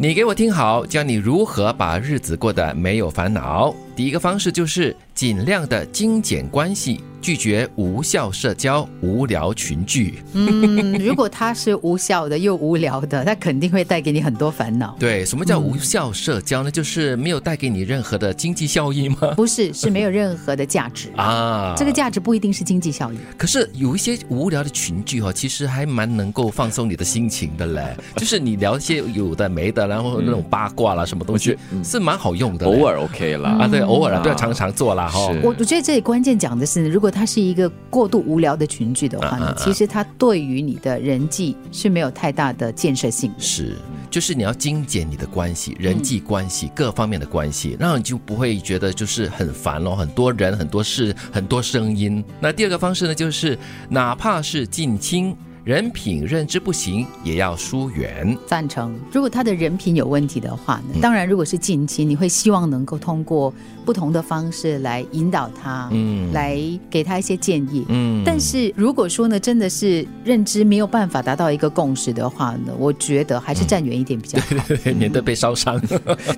你给我听好，教你如何把日子过得没有烦恼。第一个方式就是尽量的精简关系，拒绝无效社交、无聊群聚。嗯，如果它是无效的又无聊的，它肯定会带给你很多烦恼。对，什么叫无效社交呢？就是没有带给你任何的经济效益吗？ 不是，是没有任何的价值。啊，这个价值不一定是经济效益，可是有一些无聊的群聚哦，其实还蛮能够放松你的心情的嘞。就是你聊一些有的没的，然后那种八卦啦，什么东西、是蛮好用的嘞。偶尔 OK 啦。啊，对，偶尔啊，不要啊常常做啦哈。是我我觉得这里关键讲的是，如果它是一个过度无聊的群聚的话呢，嗯嗯嗯其实它对于你的人际是没有太大的建设性的。是，就是你要精简你的关系、人际关系、各方面的关系，然后你就不会觉得就是很烦咯，很多人、很多事、很多声音。那第二个方式呢，就是哪怕是近亲，人品认知不行，也要疏远。 赞成。如果他的人品有问题的话嗯呢，当然如果是近期，你会希望能够通过不同的方式来引导他，嗯来给他一些建议。嗯但是如果说呢，真的是认知没有办法达到一个共识的话呢，我觉得嗯还是站远一点比较好。免得被烧 伤，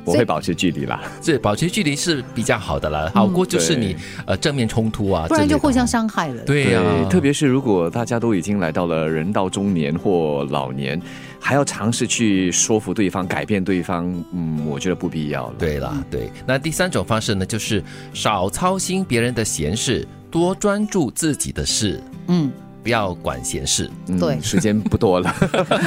我会保持距离啦。这保持距离是比较好的啦。好过就是你、呃正面冲突啊，不然之类就的互相伤害了。对啊呀、嗯特别是如果大家都已经来到了人到中年或老年，还要尝试去说服对方、改变对方，嗯，我觉得不必要了。对啦，对。那第三种方式呢，就是少操心别人的闲事，多专注自己的事，嗯，不要管闲 事。嗯对时间不多了，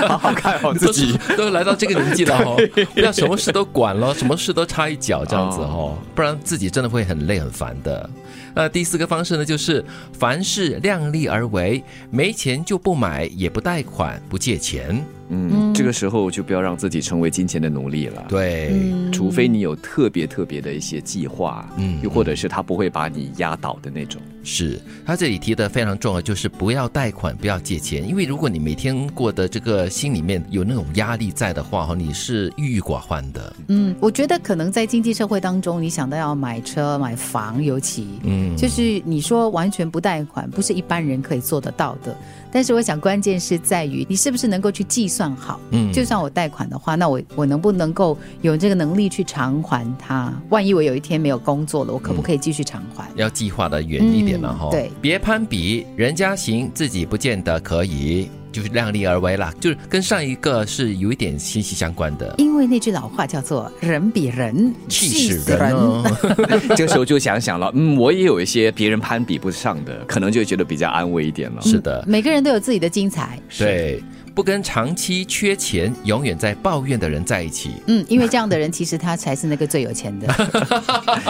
好 好看好自己。都都来到这个年纪了 哦，不要什么事都管咯，什么事都插一脚这样子哦，不然自己真的会很累很烦的。那第四个方式呢，就是凡事量力而为，没钱就不买，也不贷款，不借钱。 嗯，这个时候就不要让自己成为金钱的奴隶了。对，除非你有特别特别的一些计划，嗯嗯，又或者是他不会把你压倒的那种。是他这里提的非常重要，就是不要贷款，不要借钱，因为如果你每天过的这个心里面有那种压力在的话，哈，哦你是郁郁寡欢的。嗯，我觉得可能在经济社会当中，你想到要买车、买房，尤其，嗯，就是你说完全不贷款，不是一般人可以做得到的。但是我想，关键是在于你是不是能够去计算好。嗯就算我贷款的话，那我我能不能够有这个能力去偿还它？万一我有一天没有工作了，我可不可以继续偿还？要计划的远一点了哈、嗯对别攀比，人家行，自己不见得可以，就是量力而为啦。就是跟上一个是有一点息息相关的，因为那句老话叫做“人比人气死人哦。 这个时候就想想了，嗯，我也有一些别人攀比不上的，可能就会觉得比较安慰一点 了。是的，每个人都有自己的精彩，对，不跟长期缺钱、永远在抱怨的人在一起。嗯，因为这样的人其实他才是那个最有钱的。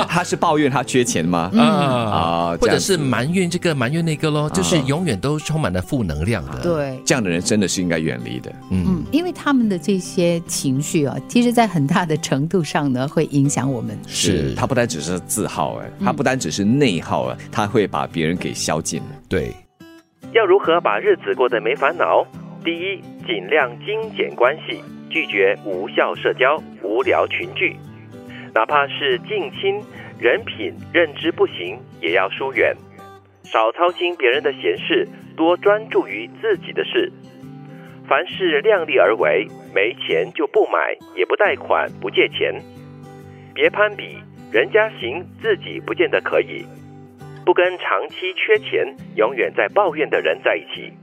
他是抱怨他缺钱吗？嗯啊啊或这者样是子啊埋怨这个埋怨那个咯，就是永远都充满了负能量的。，对，这样的人真的是应该远离的。嗯嗯，，因为他们的这些情绪啊，其实，在很大的程度上呢，会影响我们。是他不单只是自耗哎，他不单只是内耗哎，他会把别人给消尽了。对。要如何把日子过得没烦恼？第一，尽量精简关系，拒绝无效社交、无聊群聚，哪怕是近亲，人品认知不行也要疏远，少操心别人的闲事，多专注于自己的事。凡事量力而为，没钱就不买，也不贷款，不借钱，别攀比，人家行，自己不见得可以。不跟长期缺钱、永远在抱怨的人在一起。